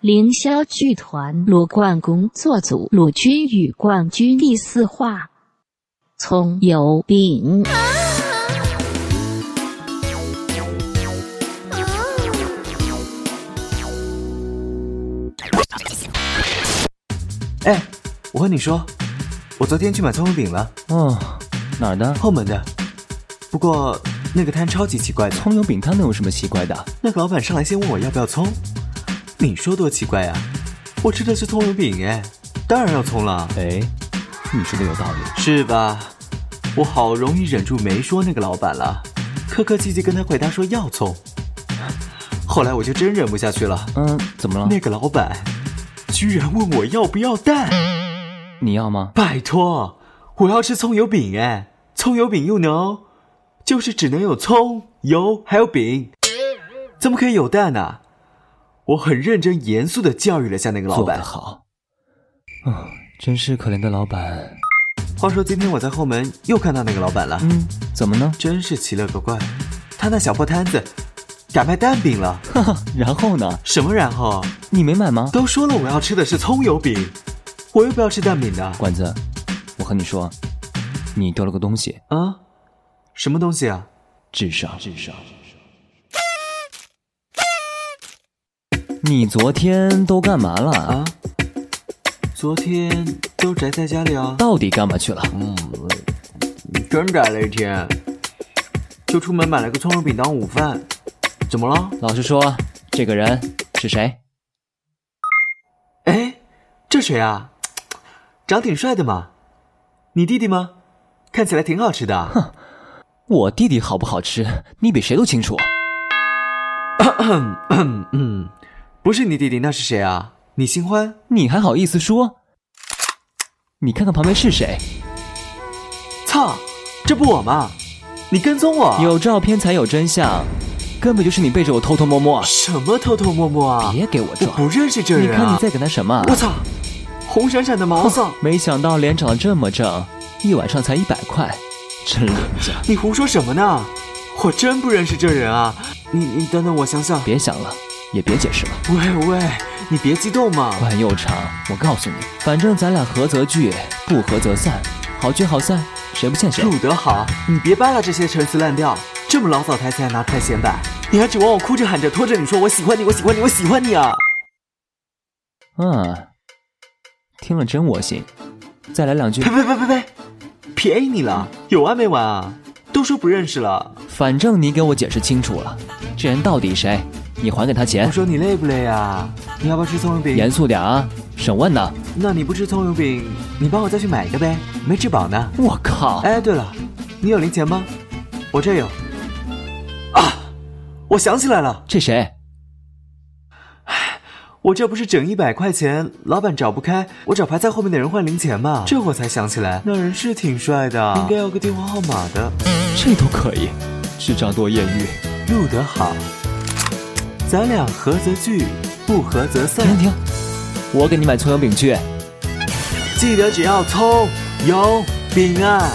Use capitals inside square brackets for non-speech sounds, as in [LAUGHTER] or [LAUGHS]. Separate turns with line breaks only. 凌霄剧团鲁冠工作组鲁军与冠军第四话，葱油饼。
哎，我和你说，我昨天去买葱油饼了，
哦，哪儿的？
后门的。不过那个摊超级奇怪的，
葱油饼摊能有什么奇怪的？
那个老板上来先问我要不要葱，你说多奇怪呀、啊我吃的是葱油饼哎，当然要葱了，
哎，你说的有道理。
是吧？我好容易忍住没说那个老板了，客客气气跟他回答说要葱。后来我就真忍不下去了，
嗯，怎么了？
那个老板居然问我要不要蛋。
你要吗？
拜托，我要吃葱油饼哎！葱油饼又能，就是只能有葱、油还有饼，怎么可以有蛋呢、我很认真严肃的教育了下那个老
做得
板。
好。啊，真是可怜的老板。
话说今天我在后门又看到那个老板了，
嗯，怎么呢？ [LAUGHS]
真是奇了个怪，他那小破摊子改卖蛋饼了。
哈哈，然后呢？
什么然后？
你没买吗？
都说了我要吃的是葱油饼，我又不要吃蛋饼的
管子，我和你说，你丢了个东西，
啊？什么东西啊？
智商，智商。你昨天都干嘛了？
啊？昨天都宅在家里啊？
到底干嘛去了？
真宅了一天，就出门买了个葱油饼当午饭。怎么了？
老实说，这个人是谁？
哎，这谁啊？长挺帅的嘛，你弟弟吗？看起来挺好吃的啊。
我弟弟好不好吃，你比谁都清楚。
嗯，不是你弟弟，那是谁啊？你新欢？
你还好意思说？你看看旁边是谁？
操，这不我吗？你跟踪我？
有照片才有真相，根本就是你背着我偷偷摸摸。
什么偷偷摸摸啊？
别给我
我
装！
不认识这
你
人
看你
啊！
在给他什么？
我操，红闪闪的毛色，
没想到脸长得这么正，一晚上才一百块，真廉价！
你胡说什么呢？我真不认识这人啊！你你等等，我想想。
别想了，也别解释了，
喂喂，你别激动嘛！
话又长。我告诉你，反正咱俩合则聚，不合则散，好聚好散，谁不欠谁。
录得好，你别扒拉这些陈词滥调，这么老早台词还拿出来显摆，你还指望我哭着喊着拖着你说我喜欢你，我喜欢你，我喜欢你啊？
啊，听了真窝心。再来两句
呸，呸呸呸呸，便宜你了，有完没完啊？都说不认识了，
反正你给我解释清楚了，这人到底谁？你还给他
我
钱。
说你累不累啊？你要不要吃葱油饼？
严肃点啊，审问呢？
那你不吃葱油饼，你帮我再去买一个呗，没吃饱呢。
我靠！
哎，对了，你有零钱吗？我这有。啊，啊我想起来了。
这谁？
我这不是整一百块钱，老板找不开，我找排在后面的人换零钱嘛。这我才想起来，那人是挺帅的，应该要个电话号码的。
这都可以，智障多艳遇。
录得好，咱俩合则聚，不合则散。
停停，我给你买葱油饼去。
记得只要葱油饼啊。